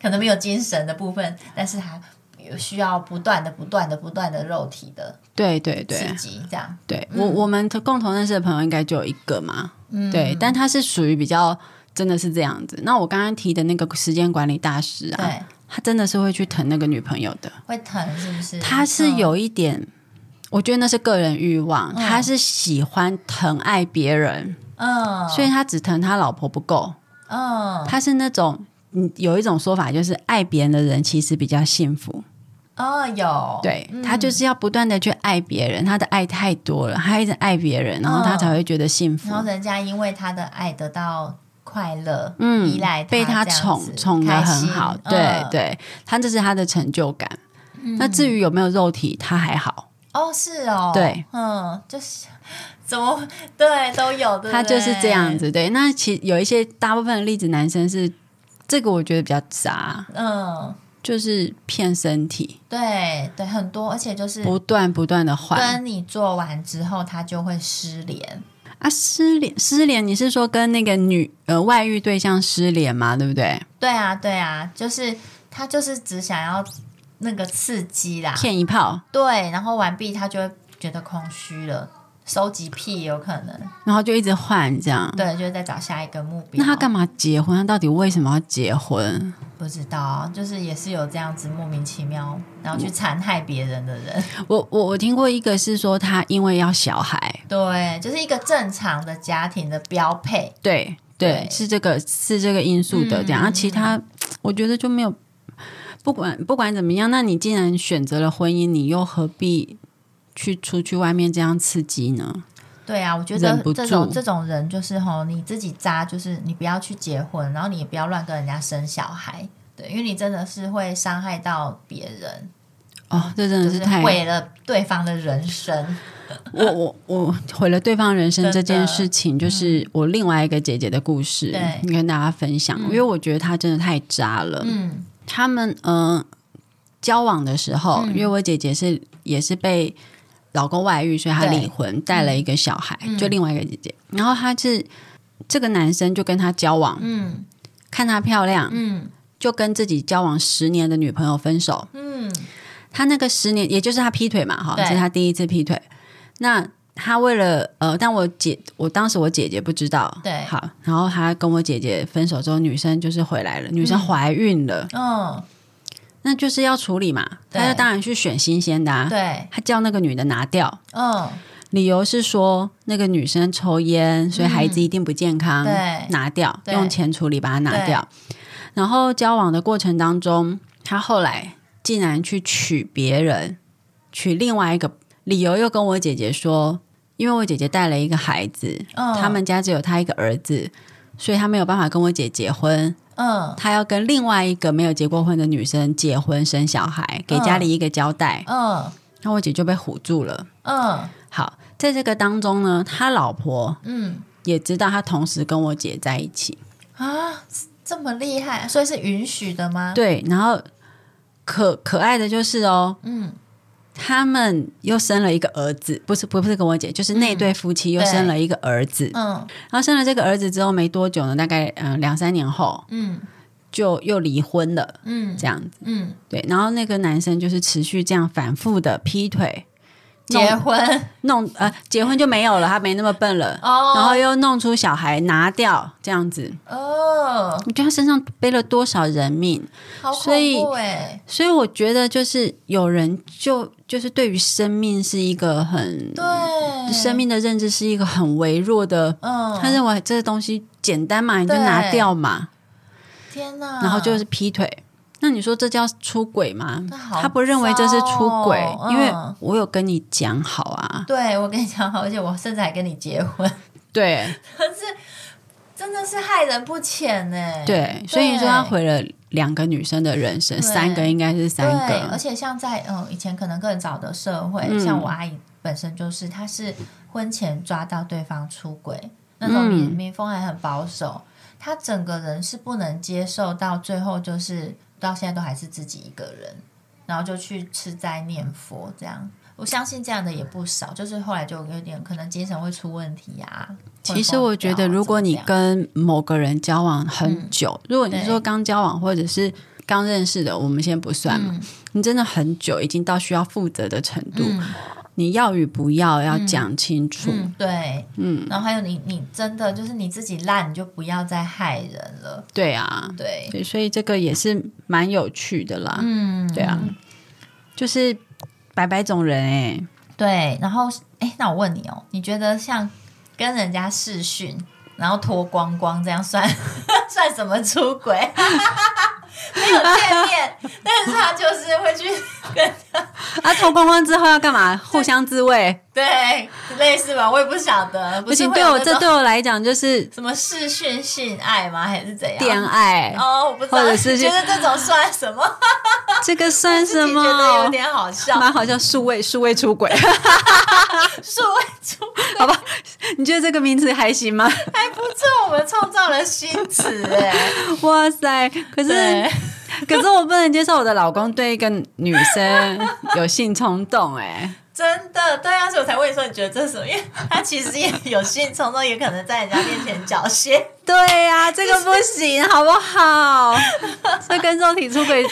A: 可能没有精神的部分，但是他有需要不断的、不断的、不断的肉体的
B: 对对对
A: 刺激，这样
B: 对，我我们共同认识的朋友应该就有一个嘛，对，但他是属于比较真的是这样子。那我刚刚提的那个时间管理大师啊，
A: 对
B: 他真的是会去疼那个女朋友的，
A: 会疼是不是？
B: 他是
A: 嗯
B: 有一点。我觉得那是个人欲望，他是喜欢疼爱别人，
A: 嗯
B: 所以他只疼他老婆不够，
A: 嗯
B: 他是那种，嗯，有一种说法就是爱别人的人其实比较幸福，
A: 哦有
B: 对、
A: 嗯
B: 他就是要不断的去爱别人，他的爱太多了，他一直爱别人，然后他才会觉得幸福
A: 然。后人家因为他的爱得到快乐，
B: 嗯
A: 依赖
B: 被
A: 他
B: 他
A: 这样子
B: 宠宠的很好，
A: 开心
B: 对、
A: 嗯
B: 对，他这是他的成就感。那至于有没有肉体，他还好，
A: 哦，是哦，
B: 对，
A: 嗯，就是怎么对都有的，
B: 他就是这样
A: 子，
B: 子。对，那其有一些大部分的例子，男生是这个，我觉得比较渣，
A: 嗯，
B: 就是骗身体，
A: 对对，很多，而且就是
B: 不断不断的换，
A: 跟你做完之后，他就会失联，
B: 啊，失联失联，你是说跟那个女呃外遇对象失联嘛？对不对？
A: 对啊对啊，就是他就是只想要那个刺激啦，
B: 骗一炮，
A: 对，然后完毕他就会觉得空虚了，收集癖有可能，
B: 然后就一直换这样。
A: 对，就是在找下一个目标。
B: 嗯那他干嘛结婚？他到底为什么要结婚？
A: 不知道啊，就是也是有这样子莫名其妙，然
B: 嗯
A: 后去残害别人的人。
B: 我我我听过一个是说他因为要小孩，
A: 对，就是一个正常的家庭的标配。
B: 对对，嗯
A: 对
B: 是这个是这个因素的这样。那、其他我觉得就没有，不管不管怎么样，那你既然选择了婚姻，你又何必去出去外面这样刺激呢？
A: 对啊，我觉
B: 忍
A: 得
B: 不
A: 这种
B: 住
A: 这种人就是吼，你自己渣，就是你不要去结婚，然后你也不要乱跟人家生小孩。对，因为你真的是会伤害到别人，
B: 哦，这真
A: 就
B: 的是
A: 是
B: 太
A: 毁了对方的人生。
B: 我我我毁了对方人生
A: 真的
B: 这件事情，就是我另外一个姐姐的故事
A: 嗯对，
B: 你跟大家分享，因为我觉得她真的太渣了。
A: 嗯
B: 他们嗯、呃交往的时候，因为我姐姐是也是被老公外遇，所以她
A: 对嗯
B: 离婚，带了一个小孩，就另外一个姐姐。然后她是这个男生就跟她交往，
A: 嗯
B: 看她漂亮，
A: 嗯
B: 就跟自己交往十年的女朋友分手。
A: 嗯，
B: 他那个十年，也就是他劈腿嘛，哈，
A: 对
B: 这是他第一次劈腿。那他为了呃，但我姐，我当时我姐姐不知道，
A: 对
B: 好，然后他跟我姐姐分手之后，女生就是回来了，女生怀孕了，啊
A: 嗯，
B: 那就是要处理嘛，
A: 对
B: 他就当然去选新鲜的、啊，
A: 对，
B: 他叫那个女的拿掉，
A: 嗯
B: 理由是说那个女生抽烟，所以孩子一定不健
A: 嗯
B: 康，
A: 对
B: 拿掉，
A: 对
B: 用钱处理把它拿掉。然后交往的过程当中，他后来竟然去娶别人，娶另外一个，理由又跟我姐姐说，因为我姐姐带了一个孩子，
A: 嗯，
B: 他们家只有他一个儿子，所以他没有办法跟我姐结婚，
A: 嗯
B: 他要跟另外一个没有结过婚的女生结婚生小孩，给家里一个交代。
A: 嗯
B: 那、我姐就被唬住了。
A: 嗯
B: 好，在这个当中呢，他老婆
A: 嗯
B: 也知道他同时跟我姐在一起，
A: 啊，这么厉害，所以是允许的吗？，
B: 对，然后可可爱的就是哦，
A: 嗯
B: 他们又生了一个儿子，不是不不是跟我姐，就是那对夫妻
A: 嗯
B: 又
A: 对
B: 生了一个儿子，
A: 嗯
B: 然后生了这个儿子之后没多久呢，大概嗯、呃两三年后
A: 嗯
B: 就又离婚了，
A: 嗯
B: 这样子
A: 嗯，
B: 对，然后那个男生就是持续这样反复的劈腿，
A: 结 婚
B: 弄呃结婚就没有了，他没那么笨了，
A: 哦，
B: 然后又弄出小孩拿掉这样子，
A: 哦，
B: 你觉得他身上背了多少人命？
A: 好
B: 所以
A: 恐怖哎，
B: 所以我觉得就是有人就就是对于生命是一个很
A: 对，
B: 生命的认知是一个很微弱的，
A: 嗯，
B: 他认为这个东西简单嘛，你就拿掉嘛，
A: 天哪，
B: 然后就是劈腿。那你说这叫出轨吗
A: 那？好
B: 他不认为这是出轨，
A: 糟哦嗯
B: 因为我有跟你讲好啊，
A: 对我跟你讲好，而且我甚至还跟你结婚，
B: 对
A: 真的是害人不浅哎，
B: 对，所以你说他毁了两个女生的人生，
A: 对
B: 三个应该是
A: 对，
B: 三
A: 而
B: 个，
A: 且像在嗯以前可能更早的社会，
B: 嗯
A: 像我阿姨本身就是，她是婚前抓到对方出轨，那种民
B: 嗯
A: 民风还很保守，她整个人是不能接受，到最后就是到现在都还是自己一个人，然后就去吃斋念佛这样。我相信这样的也不少，就是后来就有点可能精神会出问题啊。
B: 其实我觉得，如果你
A: 跟
B: 跟某个人交往很久，如果你
A: 嗯对
B: 说刚交往或者是刚认识的，我们先不算嘛。你真的很久，已经到需要负责的程度，
A: 嗯
B: 你要与不要要讲清楚。
A: 嗯，对，嗯，然后还有你，你真的就是你自己烂，你就不要再害人了，
B: 对啊，
A: 对，
B: 对，所以这个也是蛮有趣的啦。
A: 嗯，
B: 对啊，就是百百种人哎、
A: 对。然后，哎，那我问你哦，你觉得像跟人家视讯，然后脱光光这样算 算什么出轨？ 没有见面， 但是他就是会去
B: 啊，脱光光之后要干嘛？互相自慰。
A: 对类似吧，我也不晓得，不
B: 不
A: 是
B: 行，
A: 会
B: 对
A: 有
B: 我
A: 那
B: 这
A: 种
B: 对我来讲就是
A: 什么视讯性爱吗？还是怎样？
B: 恋爱，
A: 哦，我不知道，
B: 或者是
A: 觉得这种算什么？
B: 这个算 什
A: 自己觉得有
B: 么？
A: 点好笑，
B: 蛮好像数位数位出轨，
A: 数位出
B: 好吧？ 你觉得这个名词还行吗？
A: 还不错，我们创造了新词哎、
B: 哇塞！可 是
A: 对，
B: 可是我不能接受我的老公对一个女生有性冲动、哎，
A: 真的对啊，所以我才问你说你觉得这是什么？因为他其实也有性冲动，也可能在人家面前缴 械。
B: 对
A: 啊
B: 呀、这个不行，好不 好？这跟肉体出轨，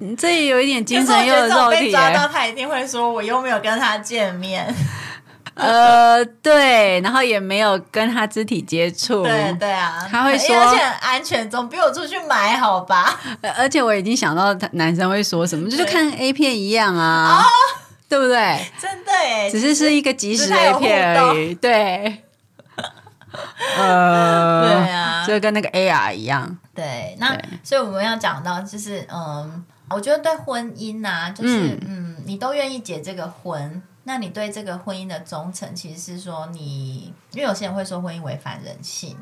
B: 嗯这也有一点精神又
A: 可
B: 有
A: 是我觉得这种
B: 肉
A: 被
B: 体、
A: 抓
B: 哎
A: 到，他一定会说我又没有跟他见面。
B: 呃，对，然后也没有跟他肢体接触，
A: 对对啊，
B: 他会说
A: 而且很安全，总比我出去买好吧？
B: 呃而且我已经想到他男生会说什么，就是
A: 对哦
B: 看 A 片一样啊，对不对？
A: 真的哎、
B: 只是是一个即
A: 只
B: 时
A: 是它有
B: A 片而已，对。呃，
A: 对啊
B: 就跟那个 AR 一样，
A: 对，那
B: 对
A: 所以我们要讲到就是嗯，我觉得对婚姻呐、就是嗯你都愿意结这个婚，那你对这个婚姻的忠诚，其实是说你，因为有些人会说婚姻违反人性，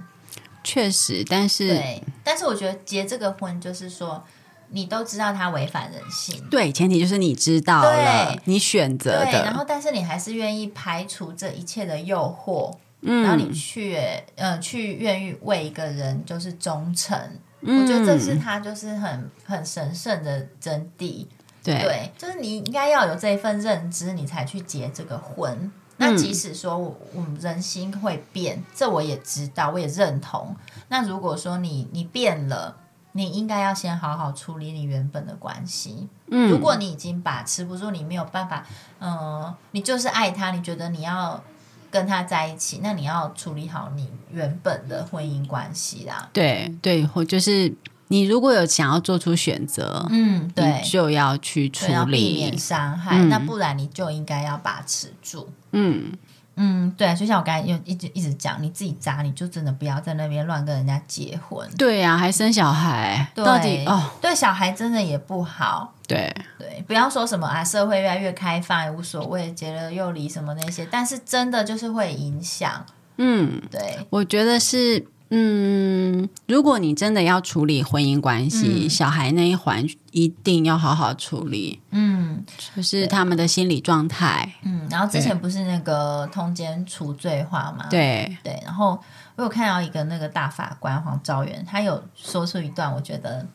B: 确实，但是
A: 对，但是我觉得结这个婚就是说你都知道它违反人性。
B: 对前提就是你知道了
A: 对，
B: 你选择
A: 对，然
B: 的，
A: 后但是你还是愿意排除这一切的诱惑，然后你
B: 嗯
A: 去呃去愿意为一个人就是忠诚，
B: 嗯
A: 我觉得这是他就是很很神圣的真谛。
B: 对，
A: 对，就是你应该要有这一份认知，你才去结这个婚。那即使说我我们人心会变，这我也知道，我也认同。那如果说你你变了，你应该要先好好处理你原本的关系。
B: 嗯
A: 如果你已经把持不住，你没有办法，嗯、你就是爱他，你觉得你要跟他在一起，那你要处理好你原本的婚姻关系啦。
B: 对对，或就是你如果有想要做出选择，
A: 嗯，对
B: 你，就要去处
A: 对，要避
B: 理
A: 免，伤害，
B: 嗯
A: 那不然你就应该要把持住。
B: 嗯，
A: 嗯，对，就像我刚才又一直一直讲，你自己渣，你就真的不要在那边乱跟人家结婚。
B: 对呀、还生小孩，
A: 对
B: 到底哦，
A: 对小孩真的也不好。
B: 对，
A: 对，不要说什么啊，社会越来越开放也无所谓，结了又离什么那些，但是真的就是会影响。
B: 嗯，
A: 对，
B: 我觉得是，嗯，如果你真的要处理婚姻关系，小孩那一环一定要好好处理，
A: 嗯
B: 就是他们的心理状态。
A: 嗯，然后之
B: 对
A: 前不是那个通奸除罪化吗？
B: 对，
A: 对，然后我有看到一个那个大法官黄昭元，他有说出一段我觉得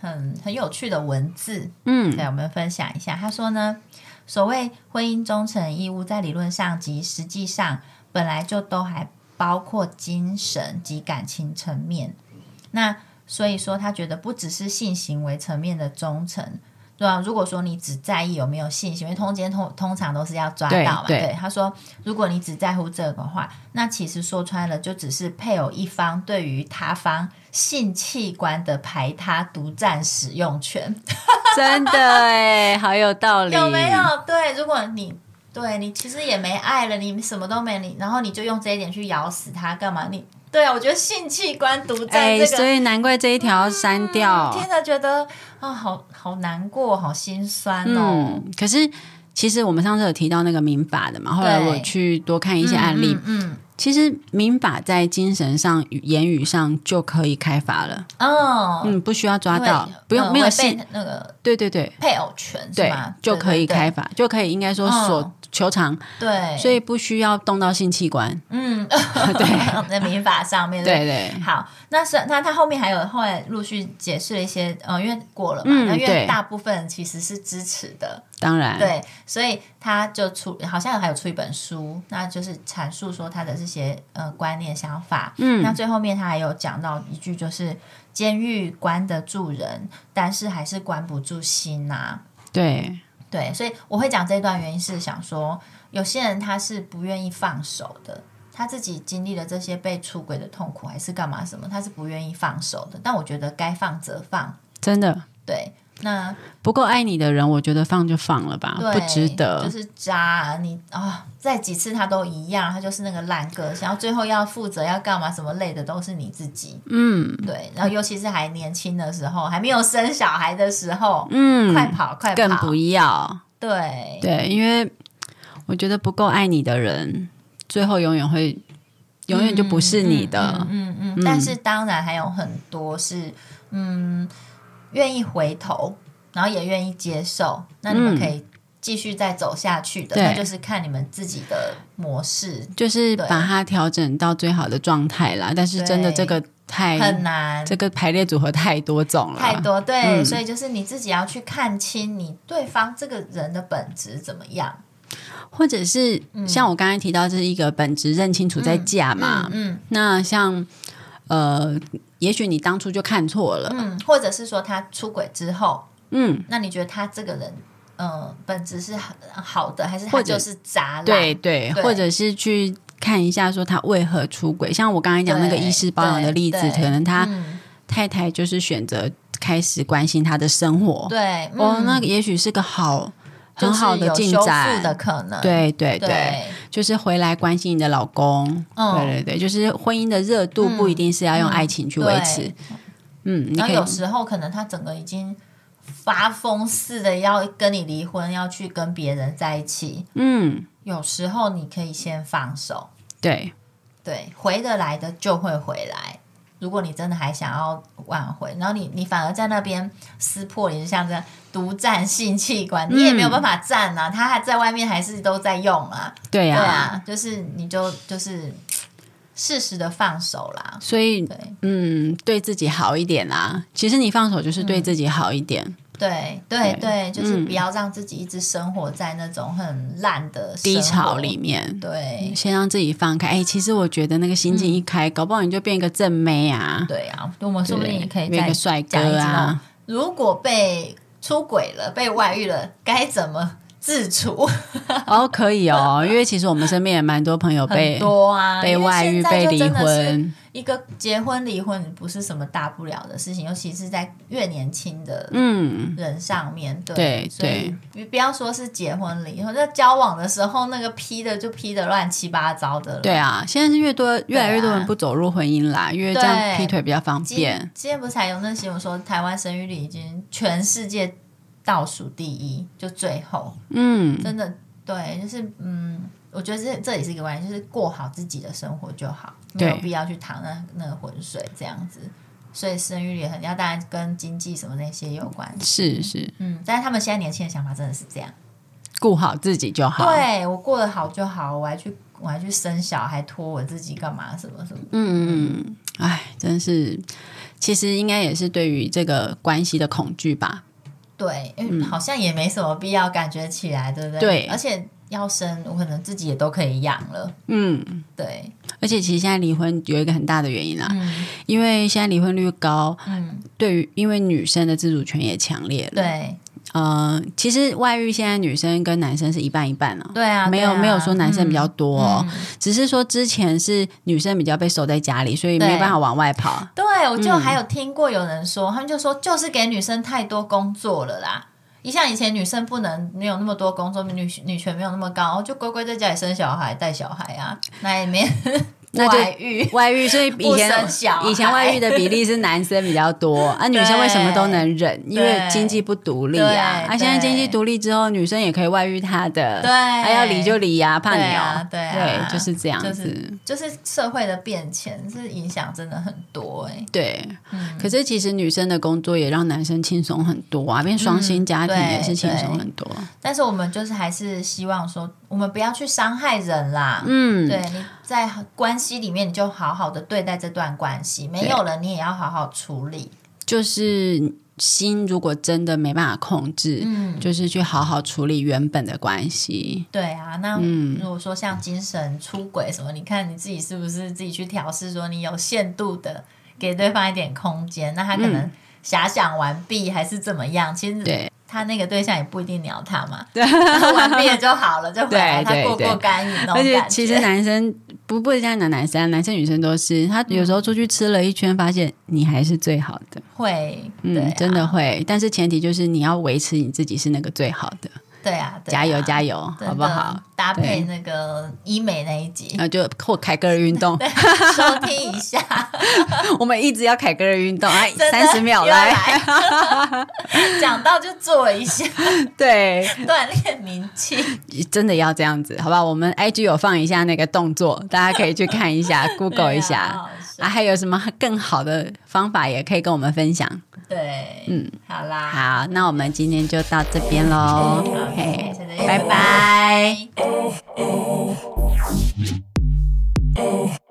A: 很很有趣的文字，
B: 嗯
A: 对，我们分享一下。他说呢，所谓婚姻忠诚义务，在理论上及实际上本来就都还包括精神及感情层面。那所以说，他觉得不只是性行为层面的忠诚。对啊，如果说你只在意有没有性行为，通奸通通常都是要抓到嘛。
B: 对对
A: 他说，如果你只在乎这个的话，那其实说穿了，就只是配偶一方对于他方性器官的排他独占使用权。
B: 真的哎，好有道理，
A: 有哦没？
B: 嗯
A: 有？对，如果你对你其实也没爱了，你什么都没，你然后你就用这一点去咬死他干嘛？你对啊，我觉得性器官独占
B: 哎，
A: 这个，嗯
B: 所以难怪这一条要删掉。
A: 听着觉得啊、好好难过，好心酸哦。
B: 嗯，可是其实我们上次有提到那个民法的嘛，后来
A: 对
B: 我去多看一些案例，
A: 嗯
B: 其实民法在精神上、语言语上就可以开罚了，
A: 嗯，哦，
B: 嗯，不需要抓
A: 因为
B: 到，不用、
A: 呃
B: 没有
A: 违
B: 性，
A: 背那个
B: 对对对。
A: 配偶权是
B: 对
A: 吗？，
B: 就可以
A: 对对
B: 开罚，就可以应该说
A: 嗯
B: 所求偿，
A: 对，
B: 所
A: 以
B: 以不需要动到性器官。
A: 嗯，对，在民法上面
B: 对对，
A: 好，那是那他后面还有后来陆续解释了一些，呃，因为过了嘛，
B: 嗯
A: 那因为
B: 对
A: 大部分人其实是支持的，
B: 当然，
A: 对，所以他就出好像还有出一本书，那就是阐述说他的这些呃观念想法。
B: 嗯
A: 那最后面他还有讲到一句，就是监狱关得住人，但是还是关不住心呐、
B: 对，
A: 对，所以我会讲这一段原因是想说，有些人他是不愿意放手的，他自己经历了这些被出轨的痛苦，还是干嘛什么，他是不愿意放手的。但我觉得该放则放，
B: 真的
A: 对，那
B: 不够爱你的人，我觉得放就放了吧，
A: 对
B: 啊不值得。
A: 就是渣、啊，你啊、再几次他都一样，他就是那个烂个性，然后最后要负责要干嘛什么累的都是你自己，
B: 嗯
A: 对，然后尤其是还年轻的时候，还没有生小孩的时候，
B: 嗯，
A: 快跑快跑，
B: 更不要。
A: 对
B: 对，因为我觉得不够爱你的人，最后永远会，永远就不是你的。
A: 嗯嗯嗯嗯但是当然还有很多是嗯愿意回头，然后也愿意接受，那你们
B: 嗯
A: 可以继续再走下去的，
B: 对
A: 那就是看你们自己的模式，
B: 就是
A: 对
B: 把它调整到最好的状态啦。但是真的
A: 对
B: 这个
A: 很
B: 太，
A: 难。
B: 这个排列组合太多种了，
A: 太多对，
B: 嗯
A: 所以就是你自己要去看清你对方这个人的本质怎么样。
B: 或者是像我刚才提到，这是一个本质认清楚再嫁啊嘛。
A: 嗯
B: 那像呃，也许你当初就看错了，
A: 嗯，或者是说他出轨之后，
B: 嗯，
A: 那你觉得他这个人，呃，本质是很好的，还是他
B: 或者
A: 就是渣烂？
B: 对对，
A: 对
B: 或者是去看一下说他为何出轨。像我刚才讲那个
A: 对
B: 医师包养的例子
A: 对，
B: 可能他
A: 嗯，
B: 太太就是选择开始关心他的生活，
A: 对，嗯
B: 哦，那个也许是个好很好的
A: 就是
B: 进
A: 有修
B: 展
A: 复的。可能。
B: 对对
A: 对
B: 对，就是回来关心你的老公，
A: 嗯
B: 对对对，就是婚姻的热度不一定是要用爱情去维持，嗯，你
A: 然后
B: 可以
A: 有时候可能他整个已经发疯似的要跟你离婚，要去跟别人在一起。
B: 嗯，
A: 有时候你可以先放手，
B: 对
A: 对，回得来的就会回来。如果你真的还想要挽回，然后你你反而在那边撕破脸，就像这样独占性器官，你也
B: 嗯
A: 没有办法占啊，他还在外面还是都在用啊，
B: 对
A: 对
B: 呀、
A: 啊，就是你就就是适时的放手啦，
B: 所以
A: 对。
B: 嗯，对自己好一点啦。其实你放手就是
A: 嗯
B: 对自己好一点，
A: 对对对，就是
B: 嗯
A: 不要让自己一直生活在那种很烂的生
B: 低潮
A: 活
B: 里。面。
A: 对
B: 先让自己放开，哎、其实我觉得那个心
A: 嗯
B: 境一开，搞不好你就变一个正妹啊，
A: 对啊，我们说不定
B: 对
A: 你可以
B: 变一
A: 再
B: 个帅
A: 讲一
B: 哥
A: 集
B: 啊
A: 哦，。如果被出轨了、被外遇了，该怎么自处？
B: 哦，可以哦，因为其实我们身边也蛮多朋友
A: 很
B: 被
A: 多啊，
B: 被
A: 因为
B: 外
A: 现
B: 遇、
A: 在
B: 被
A: 就
B: 离
A: 真的是
B: 婚，
A: 一个结婚离婚不是什么大不了的事情，尤其是在越年轻的
B: 嗯，
A: 人上面对
B: 对
A: 所以不不要说是结婚离婚，那交往的时候那个劈的就劈的乱七八糟的了。
B: 对啊，现在是越多越来越多
A: 对
B: 人
A: 啊
B: 不走入婚姻啦，因为这
A: 对
B: 样劈腿比较方
A: 今
B: 便。
A: 今天不是才有那新闻说，台湾生育率已经全世界倒数第一，就最后
B: 嗯，
A: 真的对，就是嗯，我觉得这这也是一个关系，就是过好自己的生活就好，没有
B: 对
A: 必要去淌那那个浑水这样子。所以生育率也很要，当然跟经济什么那些有关系。
B: 是是，
A: 嗯，但是他们现在年轻人想法真的是这样，
B: 顾好自己就好。，
A: 对我过得好就好，我还去我还去生小孩，拖我自己干嘛什么什么的。
B: 嗯嗯嗯，哎，真是，其实应该也是对于这个关系的恐惧吧。
A: 对，因为好像也没什么必要，感觉起来，对不对？
B: 嗯对
A: 而且要生，我可能自己也都可以养了。
B: 嗯，
A: 对，
B: 而且其实现在离婚有一个很大的原因啦，
A: 嗯
B: 因为现在离婚率高，
A: 嗯，
B: 对于因为女生的自主权也强烈了。
A: 对
B: 呃，其实外遇现在女生跟男生是一半一半啊。
A: 对啊，
B: 没有、
A: 对啊
B: 没有说男生比较多、哦
A: 嗯
B: 只是说之前是女生比较被守在家里，所以
A: 对
B: 没办法往外跑。
A: 对，我就还有
B: 嗯
A: 听过有人说，他们就说就是给女生太多工作了啦。一像以前女生不能没有那么多工作，女女权没有那么高，就乖乖在家里生小孩、带小孩啊，那也没
B: 那就
A: 外遇。
B: 外遇，所以以
A: 不
B: 前
A: 生小孩
B: 以前外遇的比例是男生比较多， 啊，女生为什么都能忍？因为经济不独立啊。
A: 对
B: 啊，现在
A: 对
B: 经济独立之后，女生也可以外遇她的，
A: 对
B: 还要离就离呀、怕你
A: 对啊
B: 哦，
A: 对啊
B: 就是这样子。
A: 就是就是社会的变迁，是影响真的很多哎、
B: 对，
A: 嗯
B: 可是其实女生的工作也让男生轻松很多啊，变双薪家庭
A: 嗯
B: 也是轻松
A: 对
B: 很多。
A: 但是我们就是还是希望说，我们不要去伤害人啦。
B: 嗯，
A: 对，你在关系里面，你就好好的对待这段关系，没有了你也要好好处理。
B: 就是心如果真的没办法控制，
A: 嗯，
B: 就是去好好处理原本的关系。
A: 对啊。那
B: 嗯
A: 如果说像精神出轨什么，你看你自己是不是自己去调试，说你有限度的给对方一点空间，那他可能遐想完毕还是怎么样？其实
B: 嗯对
A: 他那个对象也不一定鸟他 嘛，他玩毕了就好了，就回来他
B: 对对
A: 过过
B: 对
A: 干瘾那
B: 而
A: 种
B: 且
A: 感
B: 其实
A: 觉。
B: 男生不不一定男男生，男生女生都是，他有时
A: 嗯
B: 候出去吃了一圈，发现你还是最好的，
A: 会，对
B: 嗯，
A: 啊
B: 真的会。但是前提就是你要维持你自己是那个最好的，
A: 对啊，对啊
B: 加油加油，好不好？？
A: 搭配
B: 对
A: 那个医美那一集
B: 然，后就或凯格尔运动，
A: 啊收听一下。
B: 我们一直要凯格尔运动，哎，
A: 真的
B: 三十秒
A: 又要
B: 来，
A: 讲到就做一下，
B: 对，
A: 锻炼名 气。
B: 真的要这样子，好不好？我们 IG 有放一下那个动作，大家可以去看 一下，Google 一
A: 对啊
B: 下。
A: 好好笑
B: 啊，还有什么更好的方法也可以跟我们分享？
A: 对，
B: 嗯，
A: 好啦，
B: 好，那我们今天就到这边喽
A: 好，
B: 嘿，
A: 现在就
B: 拜拜。
A: 拜。